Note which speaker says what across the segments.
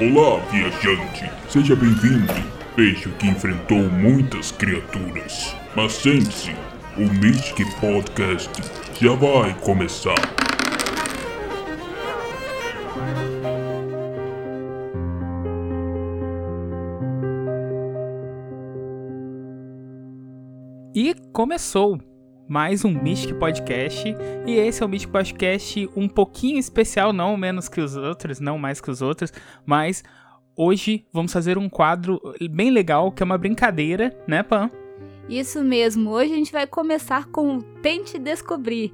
Speaker 1: Olá, viajante. Seja bem-vindo. Vejo que enfrentou muitas criaturas. Mas sente-se, o Mystic Podcast já vai começar.
Speaker 2: E começou mais um Mystic Podcast. E esse é o Mystic Podcast um pouquinho especial, não menos que os outros, não mais que os outros, mas hoje vamos fazer um quadro bem legal, que é uma brincadeira, né, Pan?
Speaker 3: Isso mesmo, hoje a gente vai começar com o Tente Descobrir.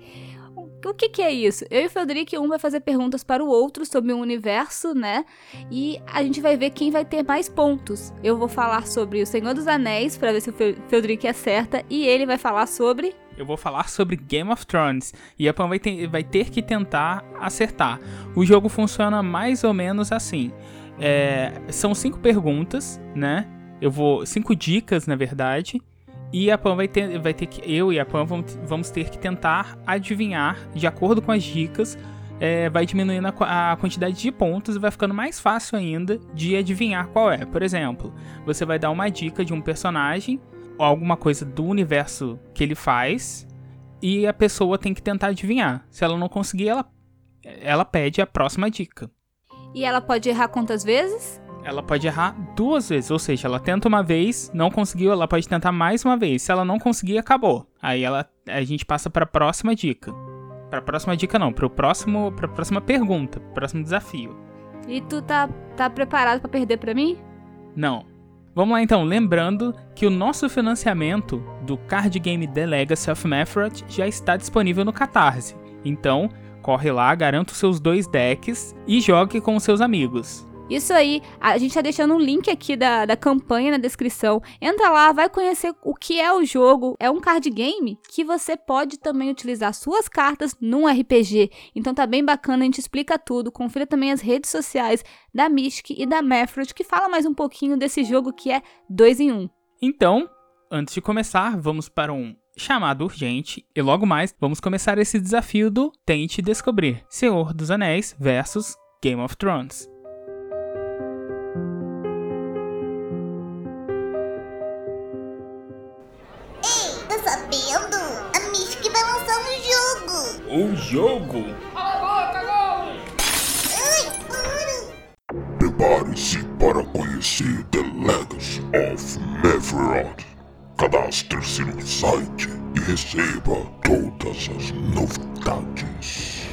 Speaker 3: O que, que é isso? Eu e o Frederic, um vai fazer perguntas para o outro sobre o universo, né? E a gente vai ver quem vai ter mais pontos. Eu vou falar sobre O Senhor dos Anéis, para ver se o Fe- Frederic acerta, e ele vai falar sobre.
Speaker 2: Eu vou falar sobre Game of Thrones e a Pan vai ter, vai ter que tentar acertar. O jogo funciona mais ou menos assim. É, são cinco perguntas, né? Eu vou cinco dicas, na verdade. E a Pan vai ter, vai ter que eu e a Pan vamos, vamos ter que tentar adivinhar de acordo com as dicas. é, vai diminuindo a, qua- a quantidade de pontos e vai ficando mais fácil ainda de adivinhar qual é. Por exemplo, você vai dar uma dica de um personagem alguma coisa do universo que ele faz e a pessoa tem que tentar adivinhar. Se ela não conseguir, ela, ela pede a próxima dica.
Speaker 3: E ela pode errar quantas vezes?
Speaker 2: Ela pode errar duas vezes, ou seja, ela tenta uma vez, não conseguiu, ela pode tentar mais uma vez. Se ela não conseguir, acabou. Aí ela, a gente passa para a próxima dica. Para a próxima dica não, para o próximo, para a próxima pergunta, pro próximo desafio.
Speaker 3: E tu tá, tá preparado para perder para mim?
Speaker 2: Não. Vamos lá então, lembrando que o nosso financiamento do card game The Legacy of Mefrat já está disponível no Catarse. Então, corre lá, garanta os seus dois decks e jogue com os seus amigos.
Speaker 3: Isso aí, a gente tá deixando um link aqui da, da campanha na descrição. Entra lá, vai conhecer o que é o jogo. É um card game que você pode também utilizar suas cartas num RPG. Então tá bem bacana, a gente explica tudo. Confira também as redes sociais da Mystic e da Mefrod, que fala mais um pouquinho desse jogo que é dois em um.
Speaker 2: Então, antes de começar, vamos para um chamado urgente e logo mais vamos começar esse desafio do Tente Descobrir Senhor dos Anéis versus Game of Thrones.
Speaker 4: Tô sabendo! A Mystic vai lançar um jogo!
Speaker 1: O jogo?
Speaker 4: Ai, para!
Speaker 1: Prepare-se para conhecer The Legacy of Neverod. Cadastre-se no site e receba todas as novidades.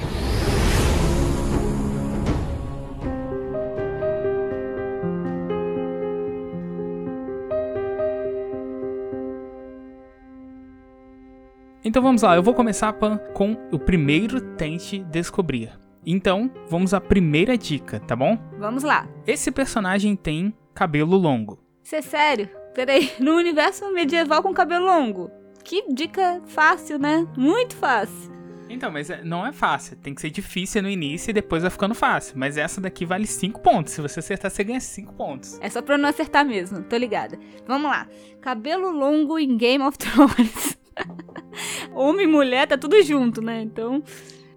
Speaker 2: Então vamos lá, eu vou começar Pan, com o primeiro Tente Descobrir. Então, vamos à primeira dica, tá bom?
Speaker 3: Vamos lá.
Speaker 2: Esse personagem tem cabelo longo.
Speaker 3: Isso é sério? Peraí, no universo medieval com cabelo longo. Que dica fácil, né? Muito fácil.
Speaker 2: Então, mas é- não é fácil. Tem que ser difícil no início e depois vai ficando fácil. Mas essa daqui vale 5 pontos. Se você acertar, você ganha 5 pontos.
Speaker 3: É só pra eu não acertar mesmo, tô ligada. Vamos lá. Cabelo longo em Game of Thrones. Homem e mulher tá tudo junto, né? Então.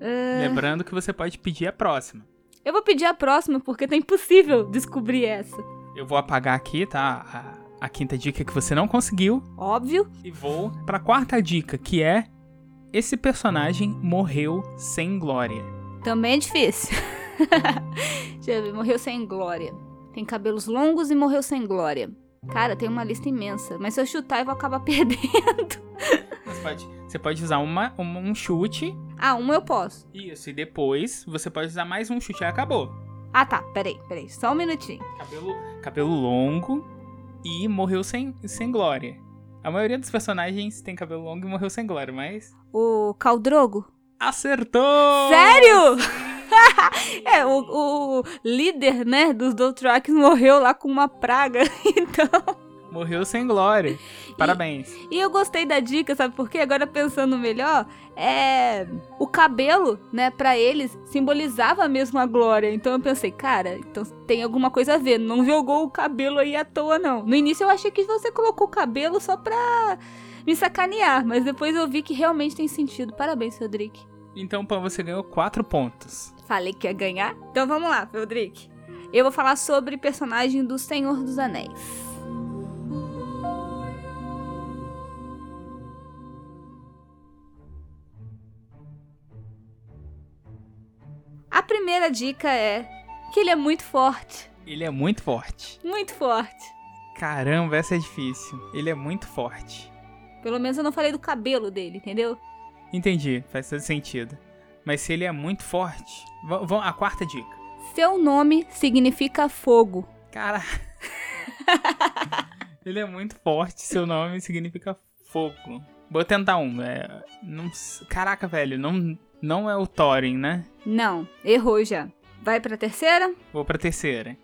Speaker 3: é,
Speaker 2: Lembrando que você pode pedir a próxima.
Speaker 3: Eu vou pedir a próxima porque tá impossível descobrir essa.
Speaker 2: Eu vou apagar aqui, tá? A, a quinta dica que você não conseguiu.
Speaker 3: Óbvio.
Speaker 2: E vou pra quarta dica, que é... Esse personagem morreu sem glória.
Speaker 3: Também é difícil. Deixa eu ver. Morreu sem glória. Tem cabelos longos e morreu sem glória. Cara, tem uma lista imensa. Mas se eu chutar, eu vou acabar perdendo.
Speaker 2: Você pode, você pode usar uma, uma- um chute.
Speaker 3: Ah, uma eu posso.
Speaker 2: Isso, e depois você pode usar mais um chute e acabou.
Speaker 3: Ah, tá. Peraí, peraí. Só um minutinho.
Speaker 2: Cabelo, cabelo longo e morreu sem, sem glória. A maioria dos personagens tem cabelo longo e morreu sem glória, mas.
Speaker 3: O Caldrogo?
Speaker 2: Acertou!
Speaker 3: Sério? é, o, o líder, né, dos Dothrax morreu lá com uma praga, então...
Speaker 2: Morreu sem glória. Parabéns.
Speaker 3: E eu gostei da dica, sabe por quê? Agora pensando melhor, é... O cabelo, né, pra eles, simbolizava mesmo a glória. Então eu pensei, cara, então tem alguma coisa a ver. Não jogou o cabelo aí à toa, não. No início eu achei que você colocou o cabelo só pra me sacanear. Mas depois eu vi que realmente tem sentido. Parabéns, Rodrigo.
Speaker 2: Então, Pan, você ganhou 4 pontos.
Speaker 3: Falei que ia ganhar. Então vamos lá, Feldrick. eu vou falar sobre personagem do Senhor dos Anéis. A primeira dica é que ele é muito forte.
Speaker 2: Ele é muito forte.
Speaker 3: Muito forte.
Speaker 2: Caramba, essa é difícil. Ele é muito forte.
Speaker 3: Pelo menos eu não falei do cabelo dele, entendeu?
Speaker 2: Entendi, faz todo sentido. Mas se ele é muito forte. va- va- a quarta dica.
Speaker 3: Seu nome significa fogo.
Speaker 2: Cara. ele é muito forte, seu nome significa fogo. Vou tentar um. É, não s- caraca, velho, não, não é o Thorin, né?
Speaker 3: Não, errou já. Vai pra terceira?
Speaker 2: Vou pra terceira.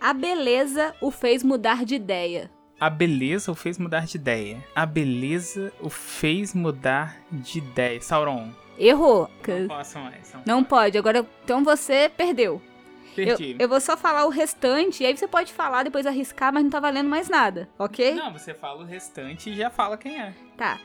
Speaker 3: A beleza o fez mudar de ideia.
Speaker 2: A beleza o fez mudar de ideia. A beleza o fez mudar de ideia. Sauron.
Speaker 3: Errou. Que-
Speaker 2: Posso mais. Sauron.
Speaker 3: Não pode, agora então você perdeu. Eu,
Speaker 2: Perdi.
Speaker 3: eu vou só falar o restante, e aí você pode falar, depois arriscar, mas não tá valendo mais nada, ok?
Speaker 2: Não, você fala o restante e já fala quem é.
Speaker 3: Tá.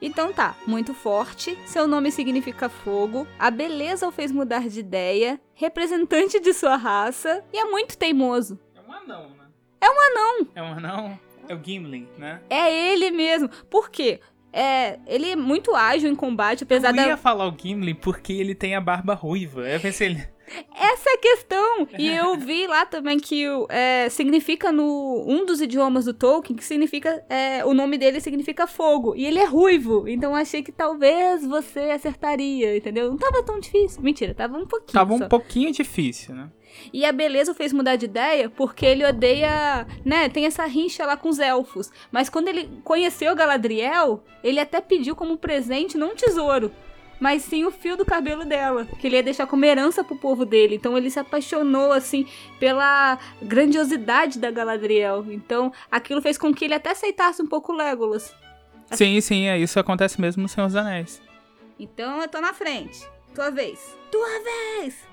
Speaker 3: Então tá, muito forte, seu nome significa fogo, a beleza o fez mudar de ideia, representante de sua raça, e é muito teimoso.
Speaker 2: É um anão, né? É um anão! É um anão? É o Gimli, né?
Speaker 3: É ele mesmo. Por quê? É, ele é muito ágil em combate, apesar
Speaker 2: Eu ia
Speaker 3: da.
Speaker 2: falar o Gimli porque ele tem a barba ruiva. Eu pensei, ele...
Speaker 3: Essa é a questão! E eu vi lá também que o, é, significa no. Um dos idiomas do Tolkien, que significa. é, o nome dele significa fogo. E ele é ruivo. Então eu achei que talvez você acertaria, entendeu? Não tava tão difícil. Mentira, tava um pouquinho.
Speaker 2: tava
Speaker 3: só.
Speaker 2: um pouquinho difícil, né?
Speaker 3: E a beleza o fez mudar de ideia porque ele odeia, né? Tem essa rincha lá com os elfos. Mas quando ele conheceu Galadriel, ele até pediu como presente não um tesouro, mas sim o fio do cabelo dela, que ele ia deixar como herança pro povo dele. Então ele se apaixonou, assim, pela grandiosidade da Galadriel. Então aquilo fez com que ele até aceitasse um pouco o Legolas.
Speaker 2: Sim, sim, é isso acontece mesmo no Senhor dos Anéis.
Speaker 3: Então eu tô na frente. Tua vez. Tua vez!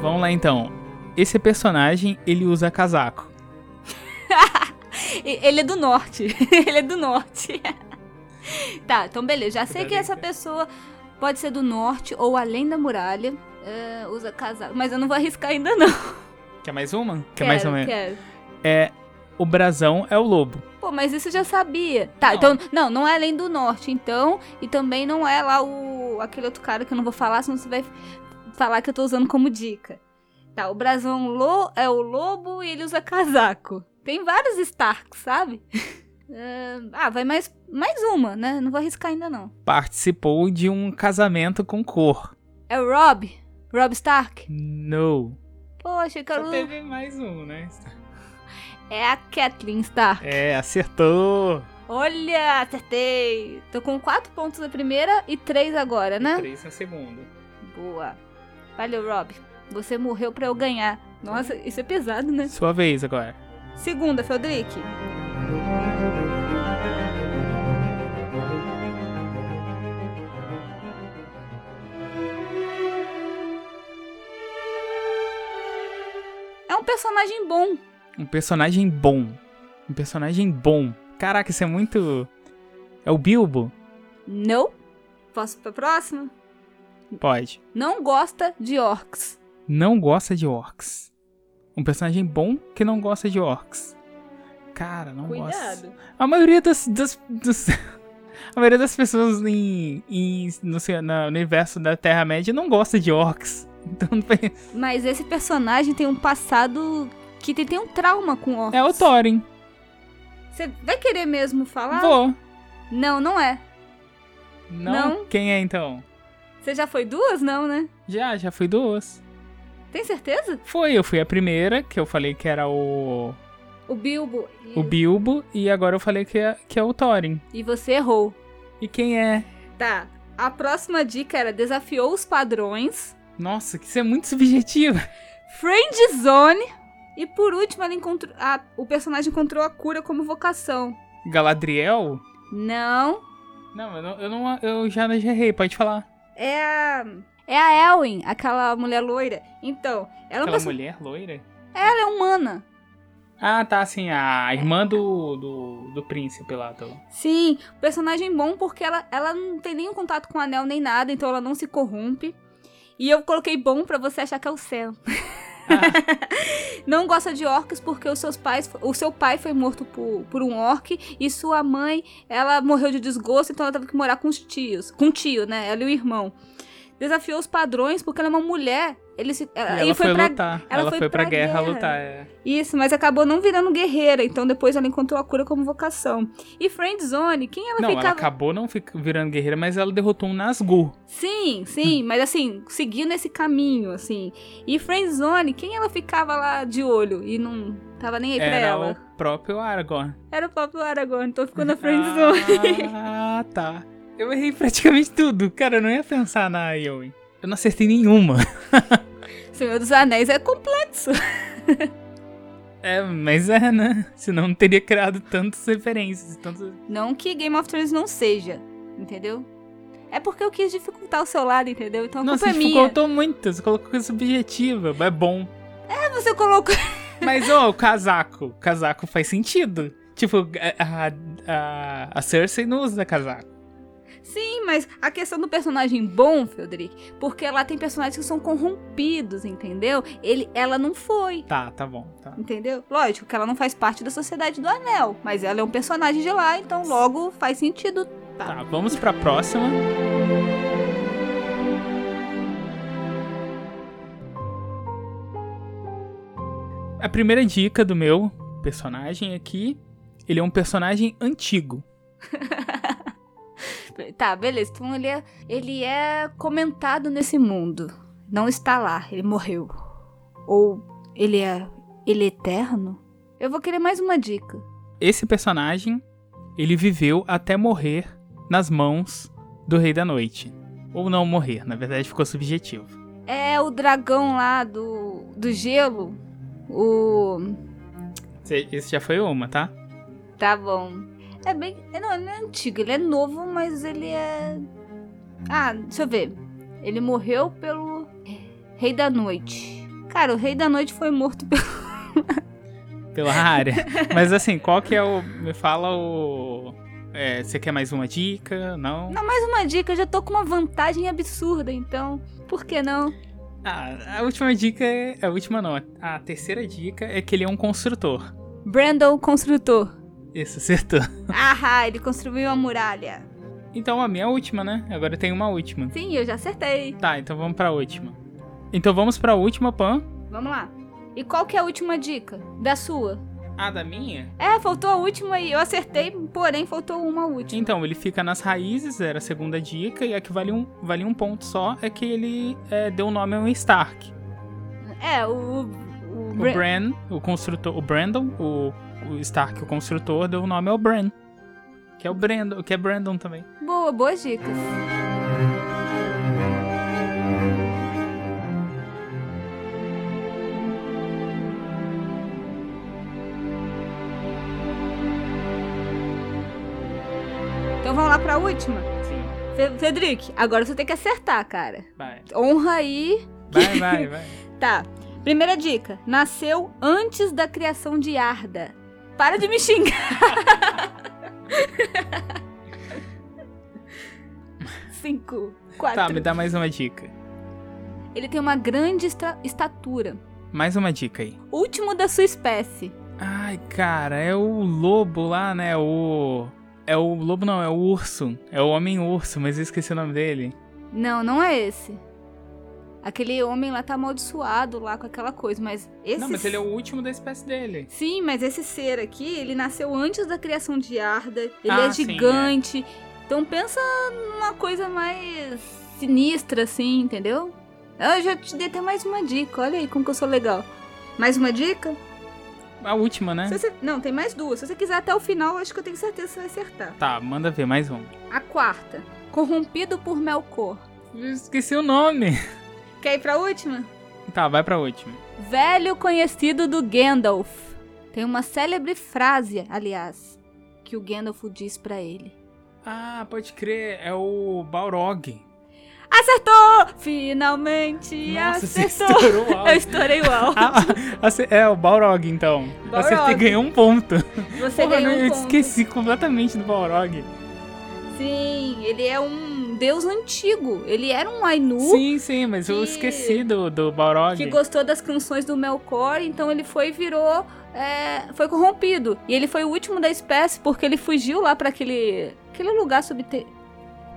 Speaker 2: Vamos lá então. Esse personagem, ele usa casaco.
Speaker 3: E- Ele é do norte. ele é do norte. tá, então beleza. Já sei que essa pessoa pode ser do norte ou além da muralha. É, usa casaco. Mas eu não vou arriscar ainda, não.
Speaker 2: Quer mais uma? Quer
Speaker 3: quero,
Speaker 2: mais uma?
Speaker 3: quero.
Speaker 2: É. O brasão é o lobo.
Speaker 3: Pô, mas isso eu já sabia. Tá,
Speaker 2: Não.
Speaker 3: então. Não, não é além do norte, então. E também não é lá o. aquele outro cara que eu não vou falar, senão você vai falar que eu tô usando como dica. Tá, o brasão lo é o lobo e ele usa casaco. Tem vários Starks, sabe? É, ah, vai mais, mais uma, né? Não vou arriscar ainda, não.
Speaker 2: Participou de um casamento com cor.
Speaker 3: É o Rob? Rob Stark?
Speaker 2: No.
Speaker 3: Poxa,
Speaker 2: Só
Speaker 3: quero.
Speaker 2: teve mais um, né?
Speaker 3: É a Kathleen Stark.
Speaker 2: É, acertou.
Speaker 3: Olha, acertei. Tô com quatro pontos na primeira e três agora, né?
Speaker 2: E Três na segunda.
Speaker 3: Boa. Valeu, Rob. Você morreu pra eu ganhar. Nossa, isso é pesado, né?
Speaker 2: Sua vez agora.
Speaker 3: Segunda, Feldrick. É um personagem bom.
Speaker 2: Um personagem bom. Um personagem bom. Caraca, isso é muito. É o Bilbo?
Speaker 3: Não. Posso pra próxima?
Speaker 2: Pode.
Speaker 3: Não gosta de orcs.
Speaker 2: Não gosta de orcs. Um personagem bom que não gosta de orcs. Cara, não gosta. A maioria das. das- dos- a maioria das pessoas em, em- no, ce- na- no universo da Terra-média não gosta de orcs. Então não tem-
Speaker 3: Mas esse personagem tem um passado que tem, tem um trauma com orcs.
Speaker 2: é o Thorin.
Speaker 3: Você vai querer mesmo falar?
Speaker 2: Vou.
Speaker 3: Não, não é.
Speaker 2: Não.
Speaker 3: Não.
Speaker 2: Quem é então?
Speaker 3: Você já foi duas? Não, né?
Speaker 2: Já, já fui duas.
Speaker 3: Tem certeza?
Speaker 2: Foi, eu fui a primeira, que eu falei que era o.
Speaker 3: O Bilbo. E,
Speaker 2: o Bilbo e agora eu falei que é, que é o Thorin.
Speaker 3: e você errou.
Speaker 2: E quem é?
Speaker 3: Tá. A próxima dica era desafiou os padrões,
Speaker 2: Nossa, que isso é muito subjetivo.
Speaker 3: friend zone e por último ela encontrou, a- o personagem encontrou a cura como vocação.
Speaker 2: Galadriel?
Speaker 3: Não,
Speaker 2: Não, eu, não, eu, não- eu já, já errei, pode falar.
Speaker 3: é a é a Elwin, aquela mulher loira. Então, ela é uma
Speaker 2: Aquela
Speaker 3: pessoa-
Speaker 2: mulher loira?
Speaker 3: ela é humana.
Speaker 2: Ah, tá, assim, a irmã do, do, do príncipe lá. Do...
Speaker 3: Sim, personagem bom porque ela, ela não tem nenhum contato com o anel nem nada, então ela não se corrompe. E eu coloquei bom pra você achar que é o Sam.
Speaker 2: Ah.
Speaker 3: não gosta de orcs porque os seus pais, o seu pai foi morto por, por um orc e sua mãe, ela morreu de desgosto, então ela teve que morar com os tios, com o tio, né? Ela e o irmão. Desafiou os padrões porque ela é uma mulher. Ele se,
Speaker 2: E
Speaker 3: ela,
Speaker 2: ela
Speaker 3: ele
Speaker 2: foi,
Speaker 3: foi pra,
Speaker 2: lutar.
Speaker 3: ela
Speaker 2: Ela,
Speaker 3: foi
Speaker 2: foi pra,
Speaker 3: pra
Speaker 2: guerra,
Speaker 3: guerra.
Speaker 2: lutar. É.
Speaker 3: Isso, mas acabou não virando guerreira, então depois ela encontrou a cura como vocação. E Friendzone, quem ela
Speaker 2: não,
Speaker 3: ficava.
Speaker 2: ela acabou não fic- virando guerreira, mas ela derrotou um Nazgûl.
Speaker 3: Sim, sim, mas assim, seguindo esse caminho, assim. E Friendzone, quem ela ficava lá de olho e não tava nem aí pra
Speaker 2: Era
Speaker 3: ela?
Speaker 2: o Ah. próprio Aragorn.
Speaker 3: Era o próprio Aragorn, então ficou na Friendzone.
Speaker 2: Ah, tá. Eu errei praticamente tudo. Cara, eu não ia pensar na Yowie. Eu não acertei nenhuma.
Speaker 3: Senhor dos Anéis é complexo.
Speaker 2: É, mas é, né? Senão não teria criado tantas referências. Tantas...
Speaker 3: Não que Game of Thrones não seja, entendeu? É porque eu quis dificultar o seu lado, entendeu? Então a
Speaker 2: Nossa,
Speaker 3: culpa é minha.
Speaker 2: dificultou muito. Você colocou coisa subjetiva, mas é bom.
Speaker 3: Ah, Você colocou.
Speaker 2: Mas, ó, o casaco. O casaco faz sentido. Tipo, a, a, a Cersei não usa casaco.
Speaker 3: Sim, mas a questão do personagem bom, Feldrick, porque lá tem personagens que são corrompidos, entendeu? Ele, ela não foi.
Speaker 2: Tá, tá bom. Tá.
Speaker 3: Entendeu? Lógico que ela não faz parte da Sociedade do Anel, mas ela é um personagem de lá, então logo faz sentido.
Speaker 2: Tá, vamos pra próxima. A primeira dica do meu personagem aqui, ele é um personagem antigo.
Speaker 3: Tá, beleza. Então ele é, ele é comentado nesse mundo. Não está lá, ele morreu. Ou ele é ele é eterno? Eu vou querer mais uma dica.
Speaker 2: Esse personagem, ele viveu até morrer nas mãos do Rei da Noite. Ou não morrer, na verdade ficou subjetivo.
Speaker 3: É o dragão lá do, do gelo. O
Speaker 2: Esse esse já foi uma, tá?
Speaker 3: Tá bom. É bem. é, Não, ele não é antigo, ele é novo, mas ele é. Ah, deixa eu ver. Ele morreu pelo Rei da Noite. Cara, o Rei da Noite foi morto pelo.
Speaker 2: Pela área. Mas assim, qual que é o. Me fala o. é, você quer mais uma dica? Não?
Speaker 3: Não, mais uma dica, eu já tô com uma vantagem absurda, então. Por que não?
Speaker 2: Ah, a última dica é. A última não. A terceira dica é que ele é um construtor.
Speaker 3: Brandon, o construtor.
Speaker 2: Isso, acertou.
Speaker 3: Ah, ele construiu a muralha.
Speaker 2: Então a minha é a última, né? Agora tem uma última.
Speaker 3: Sim, eu já acertei.
Speaker 2: Tá, então vamos pra última. Então vamos pra última, Pan.
Speaker 3: Vamos lá. E qual que é a última dica? Da sua?
Speaker 2: Ah, da minha?
Speaker 3: É, faltou a última e eu acertei, porém faltou uma última.
Speaker 2: Então, ele fica nas raízes, era a segunda dica, e a que vale um, vale um ponto só é que ele é, deu o nome a um Stark.
Speaker 3: É, o. O, o
Speaker 2: O
Speaker 3: Bran-
Speaker 2: Bran, o construtor, o Brandon, o, o Stark, o construtor, deu o nome ao Bran. Que é o Brandon, que é Brandon também.
Speaker 3: Boa, boas dicas. Então vamos lá pra última.
Speaker 2: Sim.
Speaker 3: Fe- Fredric, agora você tem que acertar, cara.
Speaker 2: Vai.
Speaker 3: Honra aí.
Speaker 2: Vai, vai, vai.
Speaker 3: Tá. Primeira dica: nasceu antes da criação de Arda. Para de me xingar. Cinco,
Speaker 2: Tá, me
Speaker 3: quatro.
Speaker 2: dá mais uma dica.
Speaker 3: Ele tem uma grande estra- estatura.
Speaker 2: Mais uma dica aí.
Speaker 3: Último da sua espécie.
Speaker 2: Ai, cara, é o lobo lá, né? O. É o lobo, não, é o urso. É o homem urso, mas eu esqueci o nome dele.
Speaker 3: Não, não é esse. Aquele homem lá tá amaldiçoado lá com aquela coisa, mas esse.
Speaker 2: Não, mas ele é o último da espécie dele.
Speaker 3: Sim, mas esse ser aqui, ele nasceu antes da criação de Arda. Ele
Speaker 2: Ah,
Speaker 3: é
Speaker 2: sim,
Speaker 3: gigante. Então pensa numa coisa mais sinistra, assim, entendeu? Eu já te dei até mais uma dica. Olha aí como que eu sou legal. Mais uma dica?
Speaker 2: A última, né?
Speaker 3: Se você- Não, tem mais duas. Se você quiser até o final, acho que eu tenho certeza que você vai acertar.
Speaker 2: Tá, manda ver, mais uma.
Speaker 3: A quarta. Corrompido por Melkor.
Speaker 2: Eu esqueci o nome.
Speaker 3: Quer ir pra última?
Speaker 2: Tá, vai pra última.
Speaker 3: Velho conhecido do Gandalf. Tem uma célebre frase, aliás, que o Gandalf diz pra ele.
Speaker 2: Ah, pode crer, é o Balrog.
Speaker 3: Acertou! Finalmente
Speaker 2: Nossa, você
Speaker 3: acertou!
Speaker 2: estourou o
Speaker 3: Eu
Speaker 2: áudio.
Speaker 3: estourei o alvo.
Speaker 2: Ah, ace- é, o Balrog, então.
Speaker 3: Balrog.
Speaker 2: Eu Acertei, ganhei um ponto.
Speaker 3: Você
Speaker 2: Porra,
Speaker 3: ganhou
Speaker 2: eu
Speaker 3: um ponto.
Speaker 2: esqueci completamente do Balrog.
Speaker 3: Sim, ele é um deus antigo. Ele era um Ainu
Speaker 2: Sim, sim, mas eu
Speaker 3: que-
Speaker 2: esqueci do, do Balrog.
Speaker 3: que gostou das canções do Melkor, então ele foi e virou. é, foi corrompido. E ele foi o último da espécie, porque ele fugiu lá pra aquele. aquele lugar subter.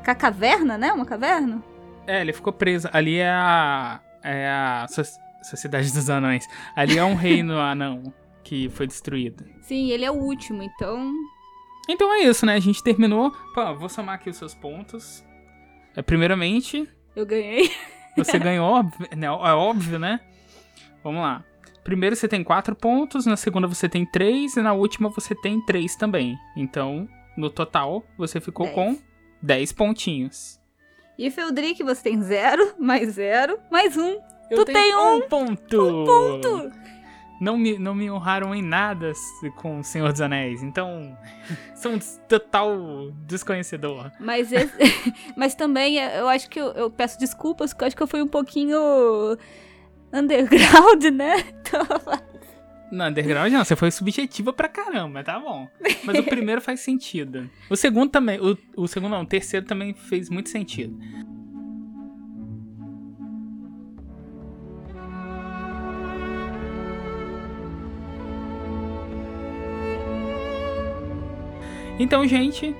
Speaker 3: Com a caverna, né? Uma caverna?
Speaker 2: É, ele ficou preso. Ali é a. É a so- Sociedade dos Anões. Ali é um reino anão que foi destruído.
Speaker 3: Sim, ele é o último, então.
Speaker 2: Então é isso, né? A gente terminou. Pô, vou somar aqui os seus pontos. É, primeiramente,
Speaker 3: Eu ganhei.
Speaker 2: você ganhou, óbvio, né? É óbvio, né? Vamos lá. Primeiro você tem 4 pontos, na segunda você tem 3 e na última você tem 3 também. Então, no total, você ficou
Speaker 3: Dez.
Speaker 2: com 10 pontinhos.
Speaker 3: E Feldrick, você tem zero, mais zero, mais um.
Speaker 2: Eu
Speaker 3: Tu tem um-
Speaker 2: ponto! Um ponto! Não me, não me honraram em nada s- com o Senhor dos Anéis, então sou um des- total desconhecedor.
Speaker 3: Mas, esse- mas também é, eu acho que eu, eu peço desculpas, porque eu acho que eu fui um pouquinho underground, né? Então,
Speaker 2: No Underground não, você foi subjetiva pra caramba, tá bom. Mas o primeiro faz sentido. O segundo também, o, o segundo não, o terceiro também fez muito sentido. Então, gente,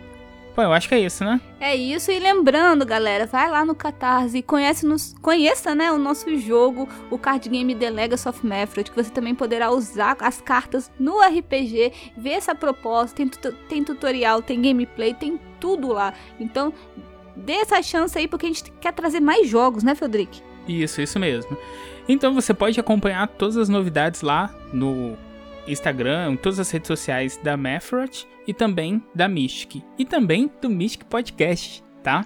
Speaker 2: pô, eu acho que é isso, né?
Speaker 3: é isso. E lembrando, galera, vai lá no Catarse e conhece -nos, conheça né, o nosso jogo, o card game The Legacy of Method, que você também poderá usar as cartas no RPG, ver essa proposta, tem, tuto- tem tutorial, tem gameplay, tem tudo lá. Então, dê essa chance aí, porque a gente quer trazer mais jogos, né, Feldrick?
Speaker 2: Isso, isso mesmo. Então você pode acompanhar todas as novidades lá no Instagram, em todas as redes sociais da Mefrot e também da Mystic. E também do Mystic Podcast, tá?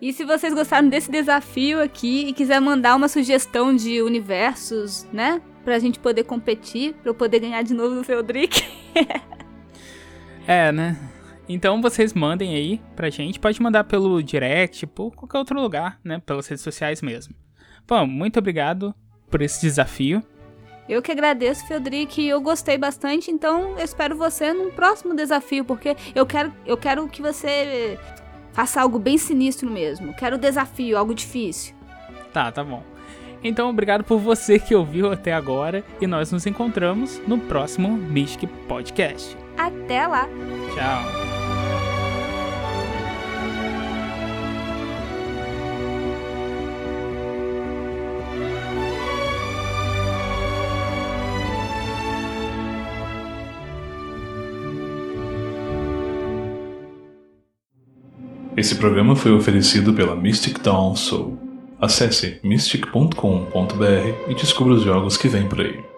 Speaker 3: E se vocês gostaram desse desafio aqui e quiser mandar uma sugestão de universos, né? Pra gente poder competir, pra eu poder ganhar de novo no Feldrick.
Speaker 2: É, né? Então vocês mandem aí pra gente, pode mandar pelo direct, por qualquer outro lugar, né? Pelas redes sociais mesmo. Bom, muito obrigado por esse desafio.
Speaker 3: Eu que agradeço, Feldrick, e eu gostei bastante, então eu espero você num próximo desafio, porque eu quero, eu quero que você faça algo bem sinistro mesmo. Quero desafio, algo difícil.
Speaker 2: Tá, tá bom. Então obrigado por você que ouviu até agora e nós nos encontramos no próximo Mystic Podcast.
Speaker 3: Até lá!
Speaker 2: Tchau.
Speaker 5: Esse programa foi oferecido pela Mystic Dawn Soul. Acesse mystic.com.br e descubra os jogos que vem por aí.